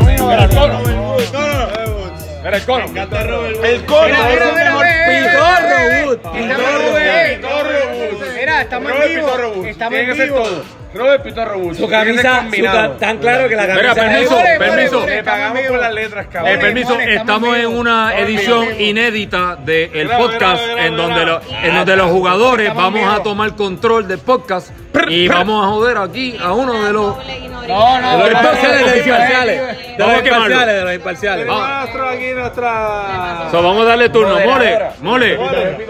coro. Era el coro. El coro es Mira, mira, el mira, mejor ve, ve, pitorro, ve. Estamos en vivo. Mira, estamos en vivo. Estamos en vivo. Robert Pitorro Bus. Su camisa, su ca- tan claro que la camisa. Venga, permiso, Eso- Ole, ole, permiso. ole, Le pagamos estamos por las vivos. letras, Eh, cabrón. Ole, permiso, ole, estamos en vivos. una Ole, edición vivos. inédita del Graba, podcast graba, graba, en donde, graba. lo- Ah, en donde los jugadores Estamos vamos a vivos. tomar control del podcast y vamos a joder aquí a uno de los... No, no, De los no, no, imparciales, de no, los no, imparciales. no, no, De Vamos los a quemarlo. imparciales, de los imparciales. Vamos. Nuestro aquí, nuestra. So, vamos a darle turno. Mole, Moderadora. mole, Ole.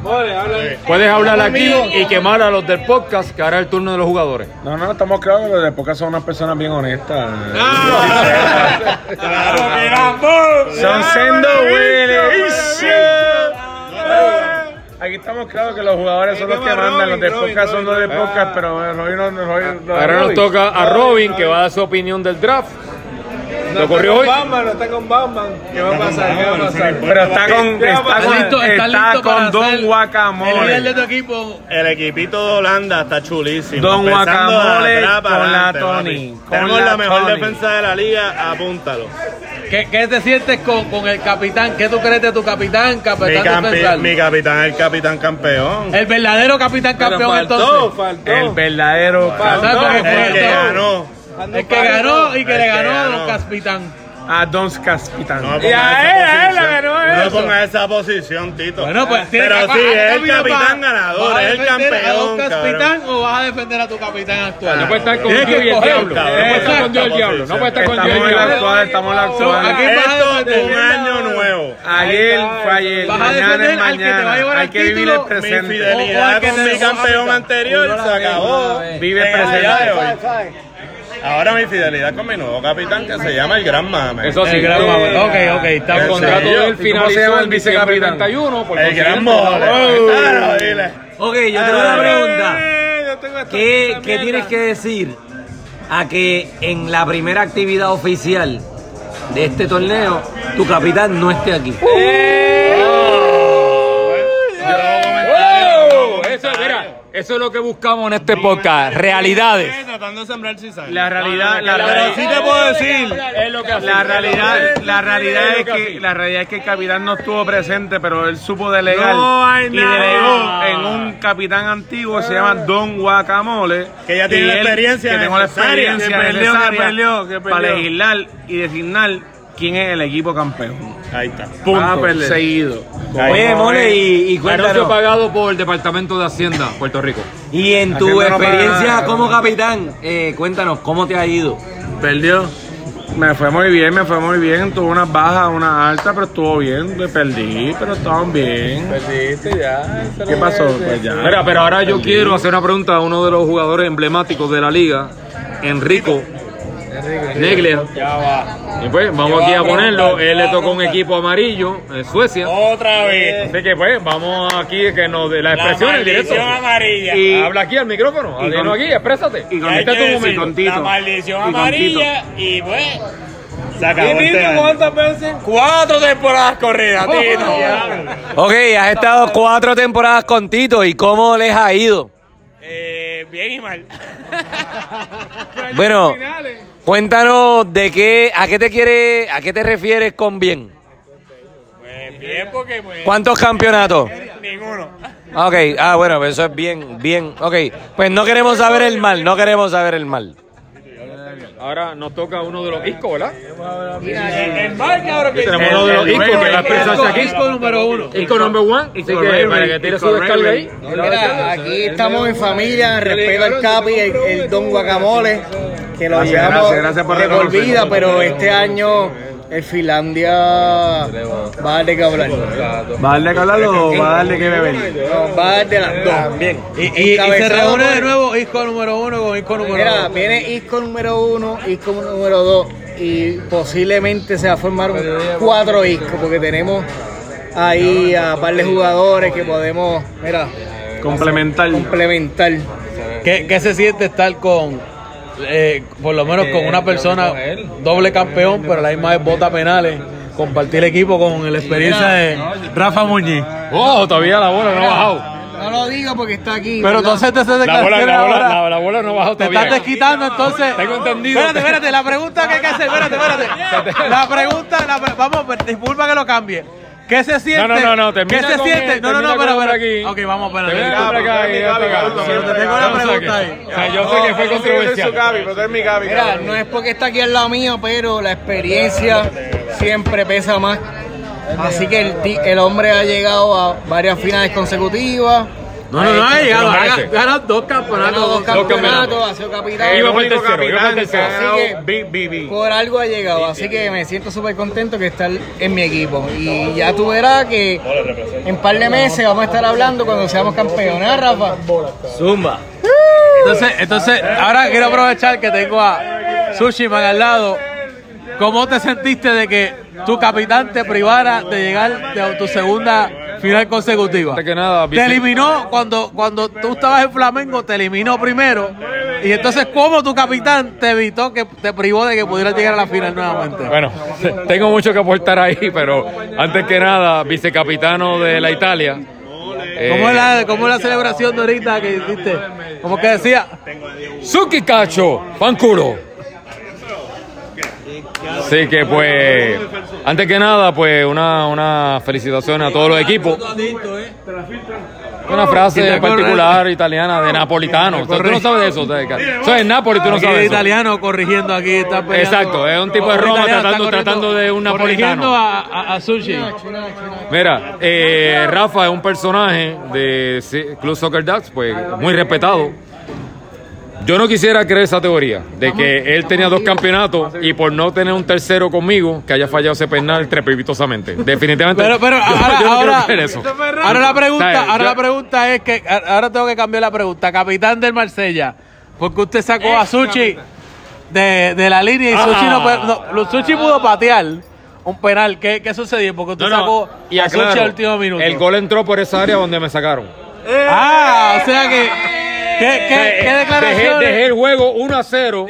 Mole, habla ahí. puedes hablar Estamos aquí vivos. y quemar a los del podcast que hará el turno de los jugadores. No, no, estamos claros que los de Poca son unas personas bien honestas. Ah. Claro que vamos. Son sendo Buenísimo. Aquí estamos claros que los jugadores son los que Robin, mandan, los de Robin, Poca son los de Robin. Ah. Poca, pero eh, Robin no... Robin- Ahora Robin. nos toca a Robin que va a dar su opinión del draft. No ¿Lo corrió hoy? Batman, no está con Batman. ¿Qué va a pasar? ¿Qué va a pasar? Pero está con, ¿Qué va a está pasar? con, listo- estás está listo con para Don hacer El líder de Guacamole. tu equipo. El equipito de Holanda está chulísimo. Don Empezando Guacamole atrás con para la adelante, Tony, papi. con Tenemos la la, mejor Tony. defensa de la liga, apúntalo. ¿Qué, qué te sientes con, con el capitán? ¿Qué tú crees de tu capitán, Mi, capitán campi- defensal? mi capitán, el capitán campeón. El verdadero capitán campeón entonces. El verdadero... Exacto, que El fue que todo. ganó. El que ganó y que El le que ganó a Don ganó. Capitán. A Don Caspitan. No me pongas Y a él, a él, esa a él, posición. no es No me eso. pongas esa posición, Tito. Bueno, pues tienes Pero que- ¿has sí, es el camino capitán para- ganador, para es el defender a campeón. Don Capitán cabrón. o vas a defender a tu capitán actual? Ah, No puedes estar Tienes que Dios y el cogerlo, diablo. cabrón. No puedes estar con Dios y el diablo. No puedes estar con Dios y Estamos el en la diablo. actual, estamos en la ¿A actual. quién vas a Esto es un defender? año nuevo. Ayer fue ayer, eh. Vas a mañana es defender al que te va a mañana. llevar Hay al que vivir el título. Mi presente. O- o el fidelidad que con te mi dejó campeón África. anterior se acabó. Vive En el presente. día de hoy. Ahora mi fidelidad con mi nuevo capitán que se llama el Gran Mame. Eso sí, El gran mame. eh, Ok, ok, está El bien. contrato Sí, yo. de ¿Y él cómo se finalizó llama el el diciembre vicecapitán? 31. por Oh. el Gran consiguiente, Mole. Oh. Claro, dile. Ok, yo tengo Eh. una pregunta. ¿Qué, qué tienes que decir a que en la primera actividad oficial de este torneo tu capitán no esté aquí? Oh. ¡Wow! Oh. Eso, mira, eso es lo que buscamos en este podcast, realidades. Tratando de sembrar cizaña. La realidad, la Pero realidad. sí te puedo decir. Es lo que La realidad, la realidad Es lo es que que hacía. la realidad es que el capitán no estuvo presente, pero él supo delegar No hay y nada. delegó en un capitán antiguo que se llama Don Guacamole, Que ya tiene y la él- experiencia que tengo la necesaria. experiencia Que peleó, que necesaria peleó, que para peleó. legislar y designar quién es el equipo campeón. Ahí está. Ah, seguido. Oye, eh, mole, y, y Anuncio cuéntanos. pagado por el Departamento de Hacienda, Puerto Rico. Y en tu Haciendo una experiencia parada. como capitán, eh, cuéntanos cómo te ha ido. Perdió. Me fue muy bien, me fue muy bien. Tuve unas bajas, unas altas, pero estuvo bien. Me perdí, pero estaban bien. Perdiste ya. ¿Qué pasó? Pues ya. Mira, pero ahora yo quiero hacer una pregunta a uno de los jugadores emblemáticos de la liga, Enrico Neglia. Y pues vamos aquí a ponerlo. Él le tocó un equipo amarillo en Suecia. Otra vez. Así que pues vamos aquí que nos dé la expresión en directo. amarilla. Y habla aquí al micrófono, y Adriano con- aquí, exprésate. y con- Este hay es tu que decir, momento. con Tito. maldición Y con amarilla, y pues. Se acabó ¿Cuántas veces? Cuatro temporadas corridas, Tito. Ok, has estado cuatro temporadas con Tito y cómo les ha ido. Eh, bien y mal. Bueno, cuéntanos de qué, a qué te quiere, a qué te refieres con bien. bien porque pues ¿Cuántos campeonatos? ninguno. Ah, Ok, ah, bueno, pues eso es bien, bien. Ok, pues no queremos saber el mal, no queremos saber el mal. Ahora nos toca uno de los discos, ¿verdad? El mal, cabrón, que Tenemos uno de los el eh, discos que va a expresarse Disco, aquí. disco número uno. Disco number one, así que para que tire su descarga ahí. Mira, aquí estamos en familia, respeto al Capi, el, el Don Guacamole, que lo Gracias, llevamos gracias, gracias por de por reconocerlo. vida, pero este año el Finlandia va a dar de qué hablar. ¿Va a darle que hablar o va a darle que beber? Nos va a dar de las dos. Bien. Y, y- y se reúne de nuevo disco número uno con disco número Mira, dos. viene Isco número uno, Isco número dos y posiblemente se va a formar un cuatro Isco porque tenemos ahí a par de jugadores que podemos, mira, Complementar. complementar. ¿Qué, qué se siente estar con, eh, por lo menos con una persona doble campeón, pero a la misma vez bota penales? Compartir equipo con la experiencia de Rafa Muñiz. Oh, todavía la bola no ha bajado. No lo digo porque está aquí. ¿verdad? Pero entonces te se La bola, descansaron la bola, ahora. la, la bola no bajó Te todavía. estás desquitando entonces. Tengo entendido. Espérate, espérate, la pregunta que hay que hacer, espérate, espérate. La pregunta, la pre- vamos, per- disculpa que lo cambie. ¿Qué se siente? no, no, no, termina ¿Qué se con siente? él, No, no, no, termina pero, con pero. él aquí. Ok, vamos, espérate. Termina disculpa. con él acá y ya te acabo. Pero te tengo una pregunta ahí. O sea, yo sé que fue su controversial. Gaby, pero tú eres mi Gaby. Mira, cabrón. no es porque está aquí al lado mío, pero la experiencia siempre pesa más. Así que el, ti- el hombre ha llegado a varias finales consecutivas. No, no, no, ha llegado. ha Marce. ga- Ganó dos Ha ganado dos campeonatos. campeonatos, campeonatos. ha sido capitán. Iba por el único tercero, iba por capitán el tercero. que ha Así que- ganado Big BB. Por algo ha llegado, así que me siento súper contento que estar en mi equipo. Y ya tú verás que en par de meses vamos a estar hablando cuando seamos campeones, ¿eh, Rafa? Zumba. Entonces, entonces, ahora quiero aprovechar que tengo a Sushi Man al lado. ¿Cómo te sentiste de que tu capitán te privara de llegar de tu segunda final consecutiva? Antes que nada, te eliminó cuando, cuando tú estabas en Flamengo, te eliminó primero. Y entonces, ¿cómo tu capitán te evitó que te privó de que pudieras llegar a la final nuevamente? Bueno, tengo mucho que aportar ahí, pero antes que nada, vicecapitano de la Italia. eh, ¿Cómo es la, cómo es la celebración de ahorita que hiciste? ¿Cómo que decía? Suki Cacho, Panculo. Así que pues, antes que nada, pues una, una felicitación a todos los equipos. Una frase particular italiana de napolitano. O sea, tú no sabes de eso, o sea, que- eso es Napoli, tú no Aquí sabes de eso. italiano corrigiendo aquí está peleando. Exacto, es un tipo de Un Roma italiano tratando- está corriendo- tratando de un napolitano. corrigiendo a, a, a sushi. Mira, eh, Rafa es un personaje de C- Club Soccer Ducks, pues muy respetado. Yo no quisiera creer esa teoría de que él tenía dos campeonatos y por no tener un tercero conmigo, que haya fallado ese penal trepiditosamente. Definitivamente. Pero, pero yo- ahora, yo no quiero ahora, creer eso. ahora la ¿Sabes? pregunta, ahora Yo- la pregunta es que a- ahora tengo que cambiar la pregunta. Capitán del Marsella, porque usted sacó a Sushi de, de la línea y Sushi Ah. no, puede- no, lo- Sushi pudo patear un penal. ¿Qué, qué sucedió? Porque usted No, no, sacó y a Sushi aclaro, al último minuto. El gol entró por esa área donde me sacaron. Ah, o sea que qué, O sea, qué, eh, qué dejé- declaraciones. Dejé, el juego 1 a 0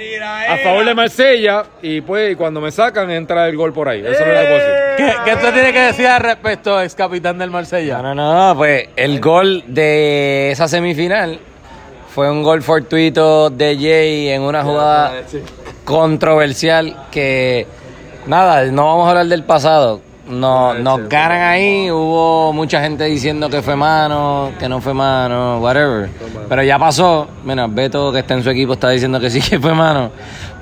a favor de Marsella y pues cuando me sacan entra el gol por ahí. Eso no era posible. ¿Qué, qué usted tiene que decir al respecto, ex capitán del Marsella? No, no, no, pues el gol de esa semifinal fue un gol fortuito de Jay en una jugada controversial que, nada, no vamos a hablar del pasado. No, nos ganan ahí, hubo mucha gente diciendo que fue mano, que no fue mano, whatever. Pero ya pasó. Mira, Beto, que está en su equipo, está diciendo que sí que fue mano.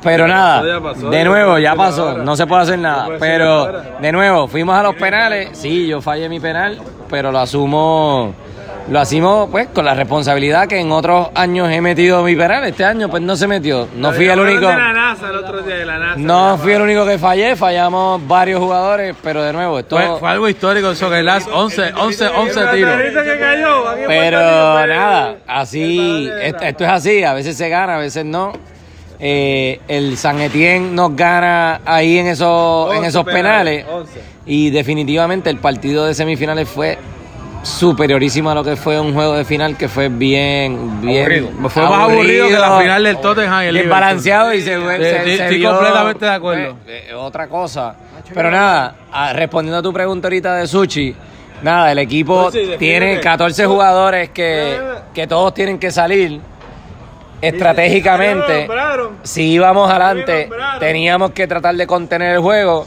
Pero nada, ya pasó, de ya nuevo, pasó, ya ya pasó, ahora. no se puede hacer nada. puede hacer Pero nada ahora. de nuevo, fuimos a los penales. Sí, yo fallé mi penal, pero lo asumo. Lo asumo pues con la responsabilidad que en otros años he metido mi penal. Este año pues no se metió. No fui el único. Hablaron de la NASA el otro día, de la NASA. No fui el único que fallé. Fallamos varios jugadores, pero de nuevo, esto. Fue, fue algo histórico, eso que las 11, 11, 11 tiros. Dice que cayó. aquí en Pero Puerto Rico, nada, así, esto, esto es así, a veces se gana, a veces no. Eh, el San Etienne nos gana ahí en esos, en Once esos penales. penales, once. Y definitivamente el partido de semifinales fue superiorísimo a lo que fue un juego de final que fue bien, bien Aburrido. Fue más aburrido que la final del Tottenham y el Liverpool. desbalanceado y se, se- estoy- se estoy vio, completamente de acuerdo. eh, eh, otra cosa. Pero nada, a- respondiendo a tu pregunta ahorita de Sushi, nada, el equipo Sushi, defínete. tiene 14 jugadores que, que todos tienen que salir estratégicamente. nombraron. Si íbamos adelante, nombraron. teníamos que tratar de contener el juego.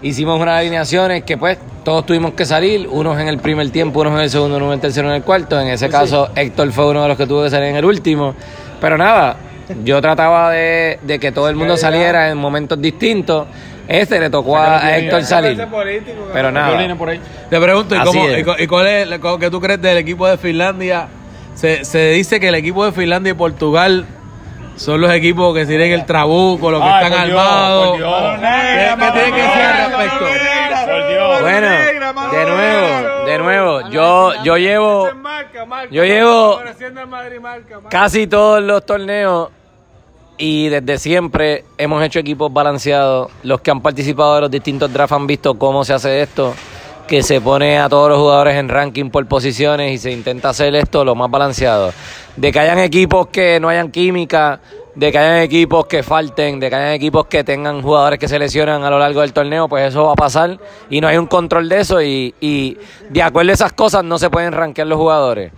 Hicimos unas alineaciones que pues todos tuvimos que salir, unos en el primer tiempo, unos en el segundo, unos en el tercero, en el cuarto. En ese caso, Héctor fue uno de los que tuvo que salir en el último. Pero nada, yo trataba de, de que todo el mundo saliera en momentos distintos. Este le tocó a, a Héctor salir. Pero nada. Te pregunto, ¿y, Así cómo, es. y cu- y cuál es la- co- qué tú crees del equipo de Finlandia? Se, se dice que el equipo de Finlandia y Portugal son los equipos que tienen el trabuco, los que Ay, están por Dios, armados. por Dios. ¿Qué, qué tiene que decir al respecto? Por Dios. Bueno, de nuevo, de nuevo, yo, yo llevo... Marca, marca. Yo llevo Hacienda Madrid, marca. marca. casi todos los torneos y desde siempre hemos hecho equipos balanceados. Los que han participado de los distintos drafts han visto cómo se hace esto, que se pone a todos los jugadores en ranking por posiciones y se intenta hacer esto lo más balanceado. De que hayan equipos que no hayan química, de que hayan equipos que falten, de que hayan equipos que tengan jugadores que se lesionan a lo largo del torneo, pues eso va a pasar y no hay un control de eso y, y de acuerdo a esas cosas no se pueden rankear los jugadores.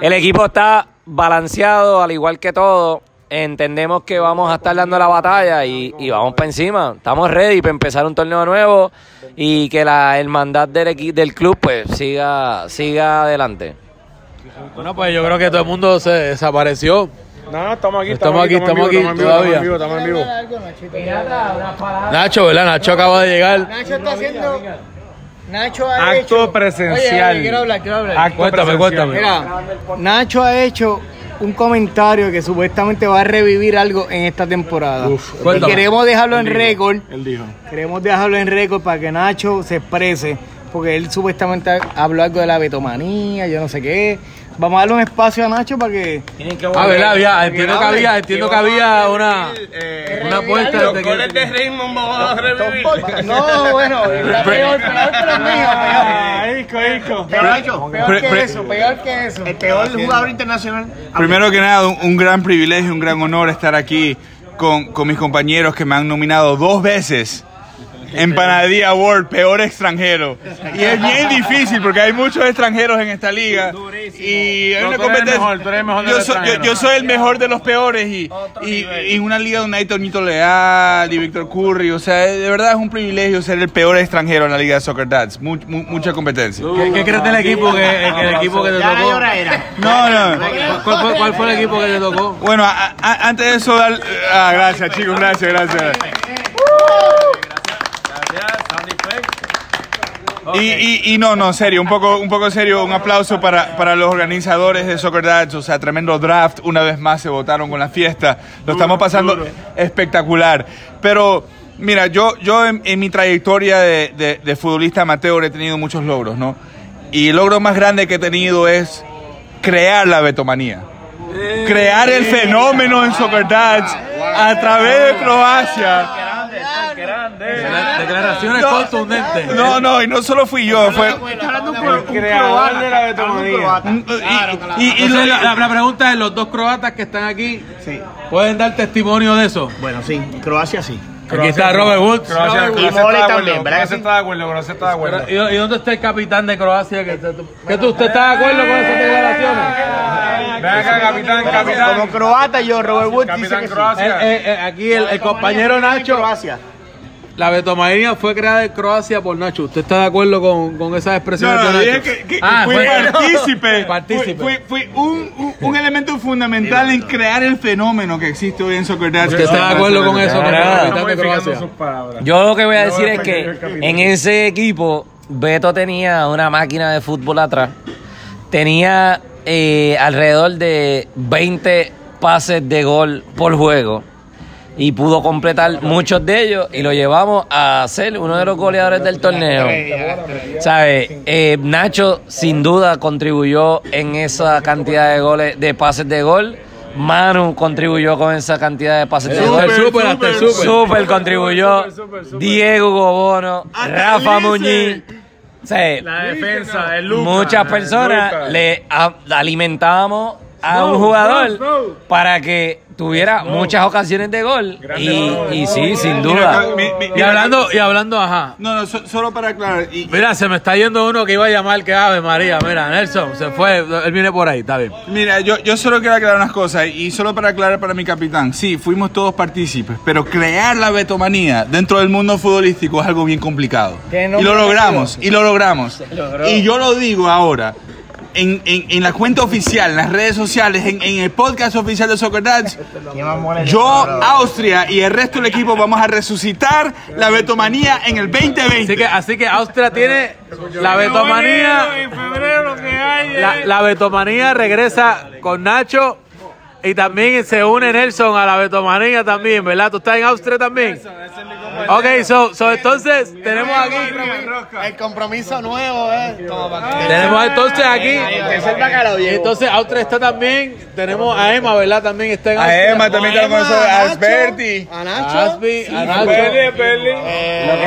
El equipo está balanceado al igual que todo. Entendemos que vamos a estar dando la batalla y, y vamos para encima. Estamos ready para empezar un torneo nuevo y que la hermandad del, equi- del club pues siga, siga adelante. Bueno, pues yo creo que todo el mundo se desapareció. No, estamos aquí, Estamos aquí, estamos en vivo, aquí estamos en todavía. vivo, estamos en vivo, estamos en vivo. Nacho, ¿verdad? Nacho acaba de llegar. Nacho está haciendo. Nacho ha Acto hecho. presencial. Oye, oye, quiero hablar, quiero hablar. Acto Cuéntame, presencial. cuéntame. Mira, Nacho ha hecho un comentario que supuestamente va a revivir algo en esta temporada. y cuéntame. queremos dejarlo en récord. Él dijo. Queremos dejarlo en récord para que Nacho se exprese. Porque él supuestamente habló algo de la betomanía, yo no sé qué. Vamos a darle un espacio a Nacho para que. Ah, ¿verdad? Había- entiendo que había, entiendo que había una, una apuesta de que- Raymond vamos a revivir. No, bueno, está peor, peor que los míos, peor. Isco, Isco. Peor, peor pre- que eso, peor que eso. El peor jugador internacional. Primero que nada, un, un gran privilegio, un gran honor estar aquí con, con mis compañeros que me han nominado dos veces. Empanadilla Award, peor extranjero. Y es bien difícil porque hay muchos extranjeros en esta liga. Y hay No, una tú eres el competencia. mejor, tú eres el mejor de yo, los soy, yo- yo extranjeros. soy el mejor de los peores. Y, y, y en una liga donde hay Toñito Leal y Víctor Curry. O sea, de verdad es un privilegio ser el peor extranjero en la liga de Soccer Dads. Mu- mu- mucha competencia. ¿Qué, qué crees del equipo que, que el equipo que te tocó? No, no. ¿Cuál fue, cuál fue el equipo que te tocó? Bueno, a- a- antes de eso, dar- ah, gracias chicos, gracias, gracias. Y, y, y no, no, serio, un poco, un poco serio, un aplauso para, para los organizadores de Soccer Dads, o sea, tremendo draft, una vez más se votaron con la fiesta, lo estamos pasando espectacular. Pero, mira, yo, yo en, en mi trayectoria de, de- de futbolista amateur he tenido muchos logros, ¿no? Y el logro más grande que he tenido es crear la betomanía crear el fenómeno en Soccer Dads a través de Croacia. Declaraciones No. contundentes. No, no, y no solo fui yo, fue... Creador de la betomanía. Y, y- y Entonces, lo- la, la- la pregunta es, ¿los dos croatas que están aquí pueden dar testimonio de eso? Bueno, sí, Croacia sí. Aquí está Robert Woods. Croacia, Croacia está Mole de también, acuerdo, ¿verdad Croacia que sí? está de acuerdo, Croacia está de acuerdo. ¿Y, y dónde está el capitán de Croacia? Que, está- que tú, ¿Usted está de acuerdo con esas declaraciones? Ven acá, capitán, Como capitán. croata yo, Robert Wood dice Capitán que sí. Eh, El- Croacia. el- el- aquí el, el compañero Nacho, Croacia. la betomanía fue creada en Croacia por Nacho. ¿Usted está de acuerdo con, con esas No, expresiones de no, dije Nacho? que, que Ah, fui fue- partícipe. Partícipe. Fui, fui- fui un, un- un elemento fundamental en crear el fenómeno que existe hoy en Soccer Dads. ¿Usted está de acuerdo con eso? con el capitán de Croacia? Yo lo que voy a decir es que en ese equipo Beto tenía una máquina de fútbol atrás. Tenía eh, alrededor de 20 pases de gol por juego y pudo completar muchos de ellos y lo llevamos a ser uno de los goleadores del torneo. ¿Sabes? Eh, Nacho sin duda contribuyó en esa cantidad de goles, de pases de gol. Manu contribuyó con esa cantidad de pases de Hasta gol. el súper, hasta el súper. Super contribuyó. Diego Gobono, Rafa Muñiz. O sea, defensa, el muchas personas le a- alimentábamos a un jugador para que tuviera muchas ocasiones de gol. Y, y sí, sin duda. Mira, mi- mi- Y hablando, y hablando, ajá. No, no, so- solo para aclarar. y- Mira, se me está yendo uno que iba a llamar que Ave María. Mira, Nelson, se fue. Él viene por ahí, está bien. Mira, yo, yo solo quiero aclarar unas cosas y solo para aclarar para mi capitán, sí, fuimos todos partícipes, pero crear la betomanía dentro del mundo futbolístico es algo bien complicado. Que no Y lo me logramos, y lo logramos. Y yo lo digo ahora, en, en- en la cuenta oficial, en las redes sociales, en, en el podcast oficial de Soccer Dads, yo, Austria y el resto del equipo vamos a resucitar la betomanía en el Así 2020. que, así que Austria tiene la betomanía. La, la betomanía regresa con Nacho. Y también se une Nelson a la betomanía también, ¿verdad? ¿Tú estás en Austria también? Ok, so, so entonces tenemos aquí. El compromiso nuevo, eh. Toma, pa' que- Tenemos entonces aquí. Es el bacalao, Diego. Entonces Austria está también. Tenemos a Emma, ¿verdad? También está en Austria. A Emma también está con nosotros, a Asberti. A A Nacho. Aspi, a Nacho.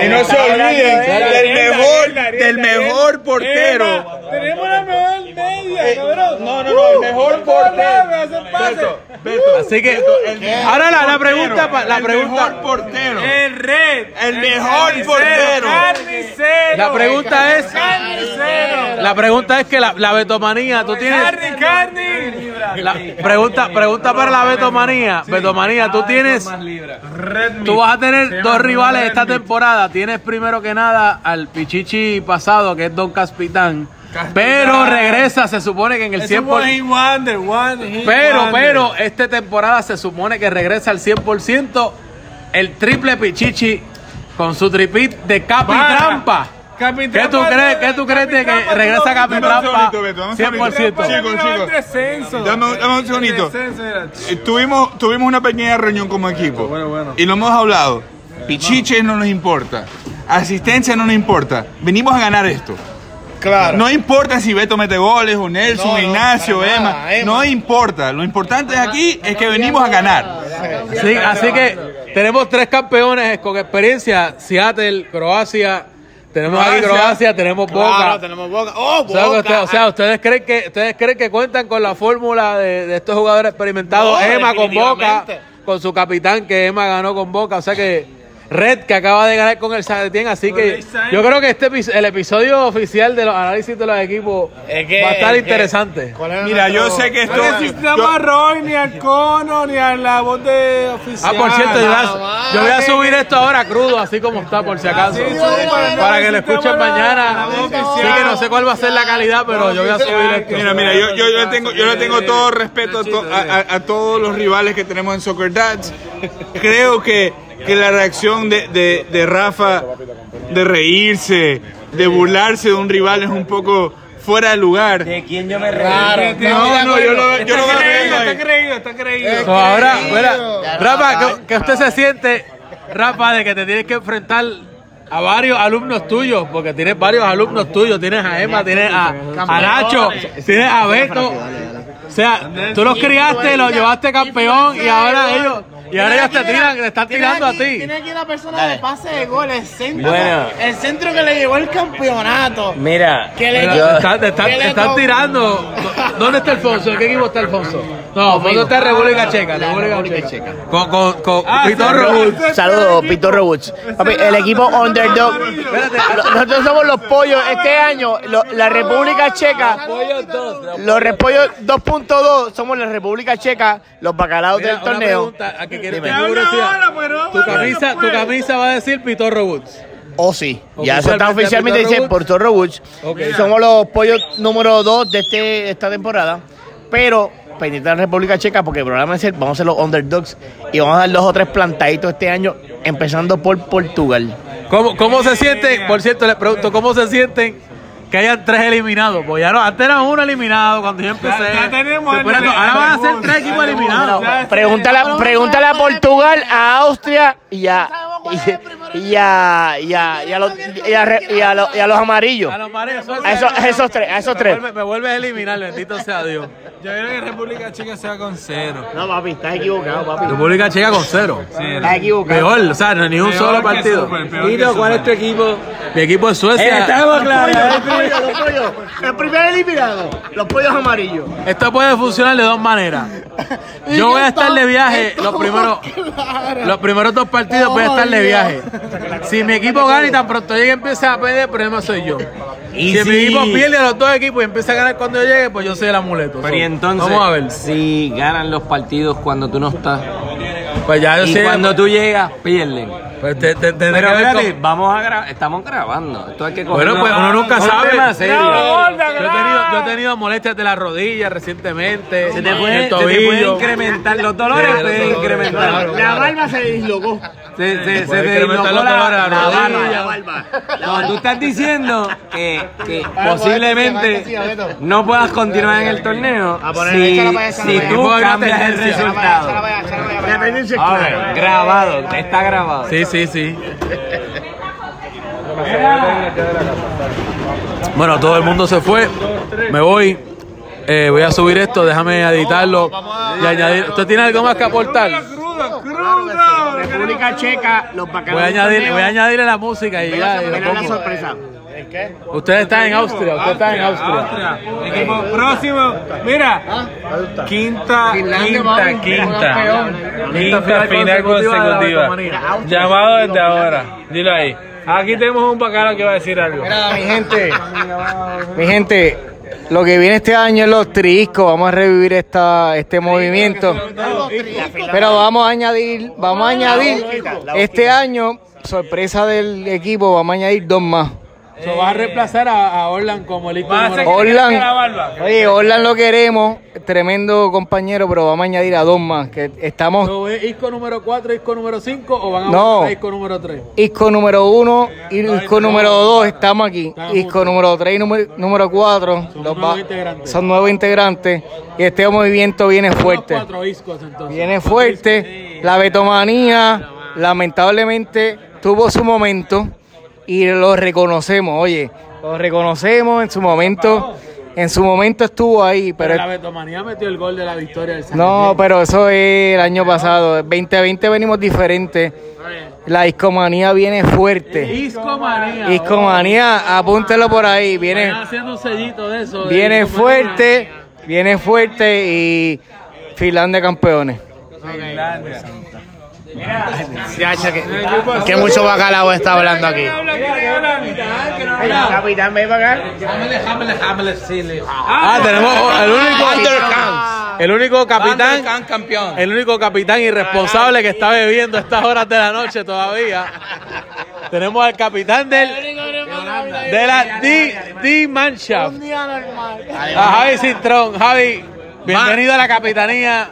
Y no se olviden del mejor, del mejor portero. Tenemos la mejor y media, cabrón. No, no, no, el mejor portero. Beto, Así que Uh, ahora la, la pregunta, pa- la pregunta, portero. El red. El mejor carnicero, portero. Carnicero. la pregunta es, Carnicero. la pregunta es que la, la betomanía, tú tienes, Carni, carni. la pregunta, pregunta para la betomanía, betomanía, Ah, Ah, tú tienes, tú vas a tener dos rivales esta temporada, tienes primero que nada al pichichi pasado que es Don Caspitán, pero regresa, se supone que en el 100%. wonder, one hit Pero, wonder. pero, esta temporada se supone que regresa al 100% el triple Pichichi con su tripit de Capi Para. Trampa. Capitán ¿Qué tú crees, qué tú crees de que regresa Capi Dame un Trampa segundito, Beto, dame un segundito. 100%? Chicos, chicos. Descenso. Dame un- dame un segundito. Descenso, mira. Eh, Tuvimos, tuvimos una pequeña reunión como equipo. Y lo hemos hablado. Pichiche no nos importa. Asistencia no nos importa. Venimos a ganar esto. Claro. No importa si Beto mete goles, o Nelson, No, no, Ignacio, para Emma, nada, Emma. No importa. Lo importante aquí es que venimos a ganar. Sí, así que tenemos tres campeones con experiencia: Seattle, Croacia. Tenemos aquí Croacia, tenemos Boca. Claro, tenemos boca. Oh, O sea, que boca. usted- o sea, ustedes creen que ustedes creen que cuentan con la fórmula de, de estos jugadores experimentados, No, Emma con Boca, definitivamente. con su capitán que Emma ganó con Boca, o sea que Red que acaba de ganar con el Saletien, así que yo creo que este epi- el episodio oficial de los análisis de los equipos Es que- va a estar es que- interesante. ¿Cuál era Mira, yo nuestro- sé que esto. No necesitamos a Roy, ni al Cono, ni a la voz de Ah, oficial. por cierto, yo voy a, mamá, yo voy a que- subir esto ahora crudo, así como está, por si acaso. Así, súper, Para que lo necesitamos escuchen la- mañana. la voz Así que no sé cuál va a ser la calidad, pero yo voy a subir esto. Mira, mira, yo, yo, yo le tengo, yo le tengo todo respeto a, to- a- a- a todos los rivales que tenemos en Soccer Dads. Creo que, que la reacción de, de- de Rafa de reírse, de burlarse de un rival es un poco fuera de lugar. Claro. No, no, yo lo, Este yo lo Está creído, veo está ahí. creído, está creído. So, ahora, mira, Ya, Rafa, Rafa, que, que usted se siente, Rafa, de que te tienes que enfrentar a varios alumnos tuyos, porque tienes varios alumnos tuyos, tienes a Emma, tienes a, a Nacho, tienes a Beto. O sea, tú los criaste, los llevaste campeón y ahora ellos, y ahora ellos te tiran, te están tirando a ti. Tiene aquí la persona de pase de gol, el centro. Bueno. El centro que le llevó el campeonato. Mira, Que le Mira, yo- te están, te están- ¿Qué le te están tocó? tirando. ¿Dónde está Alfonso? ¿En qué equipo está Alfonso? No, Alfonso está en República Checa. La República Ah, República Checa. Ah, Con, con, con Pitorro. Saludos, Pitorro Woods. Papi, el equipo underdog. Lo- Nosotros somos los pollos. Este año, lo- la República Checa, los repollos 2.2, somos la República Checa, los bacalaos Mira, del torneo. Una pregunta, a que quiere- Dime. tengo curiosidad. tu, camisa, tu camisa va a decir Pitorro Woods. Oh, sí. Ya eso está Oficialmente, oficialmente dice Pitorro Woods. por Torro Woods. Somos los pollos número 2 de este, esta temporada. Pero pendiente de la República Checa, porque el programa es el, vamos a ser los underdogs y vamos a dar dos o tres plantaditos este año, empezando por Portugal. ¿Cómo, cómo se sienten? Por cierto, les pregunto, ¿cómo se sienten que hayan tres eliminados? Pues ya no, antes era uno eliminado cuando yo empecé. Ya- ya tenemos Estoy el- poniendo- ahora van a ser tres equipos eliminados. No, pregúntale, a- pregúntale a Portugal, a Austria y a, y, y a, y a, y a los, y a re- y a lo- y a los amarillos. A los mares, esos, A esos, a esos tres, a esos Me tres. vuelve- me vuelves a eliminar, bendito sea Dios. Yo creo que República Checa se va con cero. No, papi, estás equivocado, papi. República Checa con cero. Estás equivocado. Peor, o sea, no, ni un solo partido. Mira, ¿cuál es tu equipo? Mi equipo es Suecia. Los pollos, el primer eliminado, los pollos amarillos. Esto puede funcionar de dos maneras. Yo voy a estar de viaje los primeros, los primeros dos partidos voy a estar de viaje. Si mi equipo gana y tan pronto llegue empieza a perder, el problema soy yo. Si mi equipo pierde a los dos equipos y empieza a ganar cuando yo llegue, pues yo soy el amuleto. pero y So, entonces, Vamos a ver. si ganan los partidos cuando tú no estás Pues ya yo y sé. cuando tú llegas, pierden. pues te- te- tendré Pero que ver espérate, cómo- vamos a grabar, estamos grabando. Esto hay que Bueno, pues uno nunca Es un sabe. tema serio. Yo he, tenido, yo he tenido molestias de la rodilla recientemente. pues, Se te del puede, se te tobillo. puede incrementar los dolores, Sí, los pueden dolores, incrementar. claro. La barba se dislocó. Se, se, se puede te incrementar dislocó los la, dolores a la la rodilla. barra. La barba. No, tú estás diciendo que, que Sí, a posiblemente ver, no. no puedas continuar en el torneo A poner- si, échala para allá, échala si para allá. tú Tipo de cambias el tendencia. resultado. La tendencia es A clara. ver, grabado, está grabado. Sí, sí, sí. Bueno, todo el mundo se fue. Me voy. Eh, voy a subir esto, déjame editarlo y añadir. ¿Usted tiene algo más que aportar? ¡Crudo! ¡Crudo! República Checa, los bacanos. Voy a del añadirle, torneo, voy a añadirle la música y ya. y lo Ven a la pongo. sorpresa. qué? Ustedes están en Austria, ustedes están en Austria. Equipo próximo. Mira. Quinta, quinta, quinta. Quinta final consecutiva. Llamado desde ahora. Dilo ahí. Aquí tenemos un bacano que va a decir algo. Mira, mi gente. Mi gente, lo que viene este año es los triiscos. Vamos a revivir esta, este movimiento. Pero vamos a añadir, vamos a añadir este año, sorpresa del equipo, vamos a añadir dos más. Se Eh. va a reemplazar a, a Orlan como el icono número uno. Orlan, oye, Orlan lo queremos, tremendo compañero, pero vamos a añadir a dos más, que estamos ¿No es disco número 4, disco número 5 o van a No. buscar disco número 3? Isco número uno y disco número dos, estamos aquí. Isco número tres y número, número cuatro, los va- son nuevos integrantes y este movimiento viene fuerte. Cuatro discos entonces. Viene fuerte. La betomanía, lamentablemente, tuvo su momento y lo reconocemos, oye, lo reconocemos en su momento. En su momento estuvo ahí, Pero pero la Betomanía metió el gol de la victoria del San no, pero eso es el año pasado. El 2020 venimos diferente. La discomanía viene fuerte. Discomanía. Discomanía, apúntelo por ahí. Viene, Están oh, haciendo un sellito de eso. de viene discomanía. fuerte, viene fuerte y Finlandia campeones. Ya, cheque. Que mucho bacalao está hablando aquí. Capitán, ven para acá. Ah, tenemos el único, el único capitán, campeón. el único capitán irresponsable que está bebiendo a estas horas de la noche todavía. Tenemos al capitán del, de la D, D Mannschaft. Un día normal. A Javi Cintrón, Javi, bienvenido a la capitanía.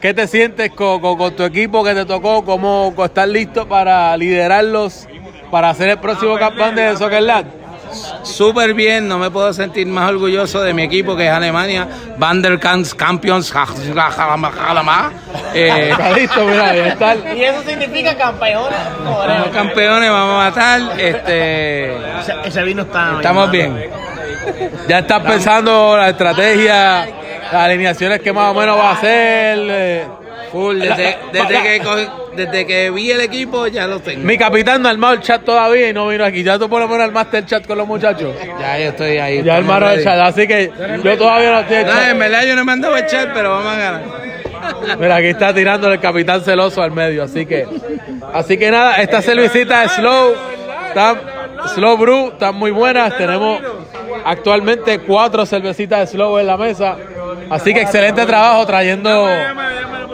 ¿Qué te sientes co- co- con, tu equipo que te tocó? ¿Cómo co- estás listo para liderarlos para hacer el próximo campeón de Soccer Lab? Súper bien, no me puedo sentir más orgulloso de mi equipo que es Alemania. Vanderkants Champions. Eh, Está listo, mira, ya está. Y eso significa campeones. somos campeones, vamos a matar. Este, Ese vino está. estamos bien. Ya estás pensando la estrategia, las alineaciones que más o menos va a hacer. eh. Full, desde, La- la- desde, que, co- desde que vi el equipo ya lo tengo. Mi capitán no ha armado el chat todavía y no vino aquí. Ya tú por lo menos armaste el chat con los muchachos. Ya yo estoy ahí. Ya estamos armaron el ready. chat, así que yo todavía no estoy el No, chat. en verdad yo no me andaba a echar, pero vamos a ganar. Mira, aquí está tirando el capitán celoso al medio, así que. Así que nada, esta cervecita de Slow, está- Slow Brew, están muy buenas. Tenemos actualmente cuatro cervecitas de Slow en la mesa. Así que excelente trabajo trayendo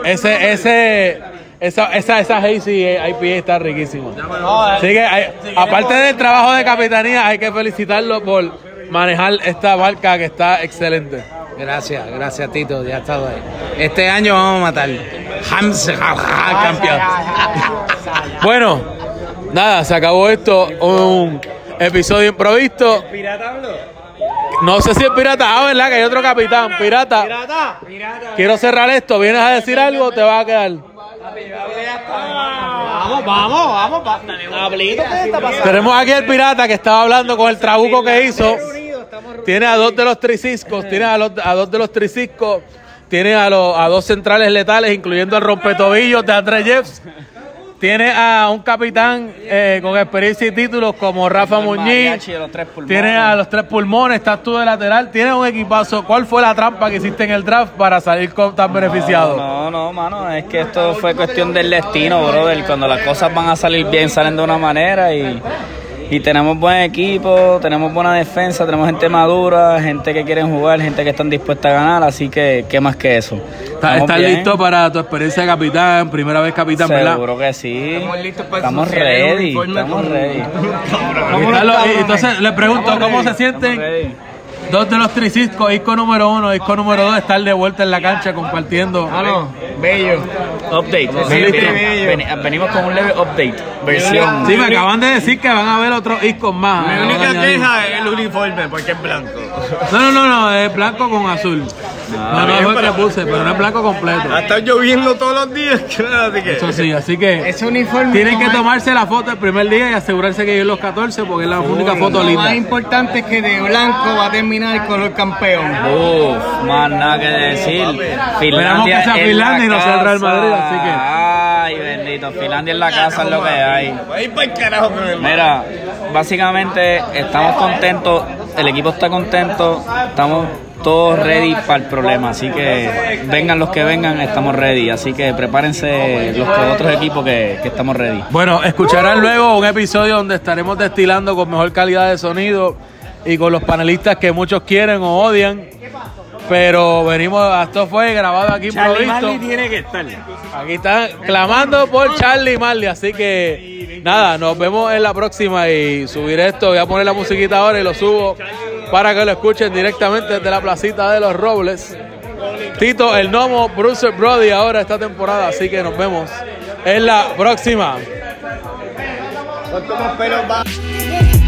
ese, ese, esa, esa, esa Hazy IPA está riquísima. Así que, hay- aparte del trabajo de capitanía, hay que felicitarlo por manejar esta barca que está excelente. Gracias, gracias Tito, ya ha estado ahí. Este año vamos a matar. Hams, ja, ja, campeón. Bueno, nada, se acabó esto. Un episodio improvisto. ¿Pirata No sé si es pirata. Ah, ¿verdad? Que hay otro capitán. Pirata. Quiero cerrar esto. ¿Vienes a decir algo o te vas a quedar? Vamos, vamos, vamos. va- Pablito, ¿qué está pasando? Tenemos aquí al pirata que estaba hablando con el trabuco que hizo. Tiene a dos de los triciscos. Tiene a, los- a dos de los triciscos. Tiene a, los- a dos centrales letales, incluyendo al rompetobillo de André Jeffs. Tiene a un capitán eh, con experiencia y títulos como Rafa Muñiz. Tiene a los tres pulmones, estás tú de lateral. Tiene un equipazo. ¿Cuál fue la trampa que hiciste en el draft para salir con- tan beneficiado? No, no, mano, es que esto fue cuestión del destino, brother. Cuando las cosas van a salir bien, salen de una manera y, y tenemos buen equipo, tenemos buena defensa, tenemos gente madura, gente que quieren jugar, gente que están dispuesta a ganar, así que, ¿qué más que eso? ¿Estás Estamos bien. listo para tu experiencia de capitán? Primera vez capitán, ¿verdad? Seguro que sí. Estamos listos para Estamos ready, estamos ready. Aquí están los- y entonces le pregunto cómo se sienten ready. dos de los triciscos, disco número uno, disco número dos, estar de vuelta en la cancha compartiendo. Ah, Update. Veni- veni- Venimos con un leve update. Versión. Sí, me acaban de decir que van a haber otros discos más. Mi Van a única añadir. queja es el uniforme, porque es blanco. No, no, no, no, es blanco con azul. Ah, No, no, es lo que puse, pero no es blanco completo. Ha estado lloviendo todos los días, así que... Eso sí, así que Ese uniforme tienen lo que más- tomarse la foto el primer día y asegurarse que yo los 14 porque es la única foto Lo más linda. importante es que de blanco va a terminar el color campeón. Uf, más nada que decir. Esperamos que sea en Finlandia la y no sea el Real casa. Madrid, así que- Ay, bendito. Papito, Finlandia en la casa es lo que hay. Ahí para el carajo, mi hermano. Mira, básicamente estamos contentos, el equipo está contento, estamos todos ready para el problema, así que vengan los que vengan, estamos ready, así que prepárense los que otros equipos que, que estamos ready. Bueno, escucharán luego un episodio donde estaremos destilando con mejor calidad de sonido y con los panelistas que muchos quieren o odian. Pero venimos, esto fue grabado aquí Charlie improvisto. Marley tiene que estar. Aquí están clamando por Charlie Marley, así que nada, nos vemos en la próxima y subiré esto, voy a poner la musiquita ahora y lo subo para que lo escuchen directamente desde la placita de los Robles. Tito, el gnomo, Bruce Brody ahora esta temporada, así que nos vemos en la próxima. ¿Cuánto más pelo va?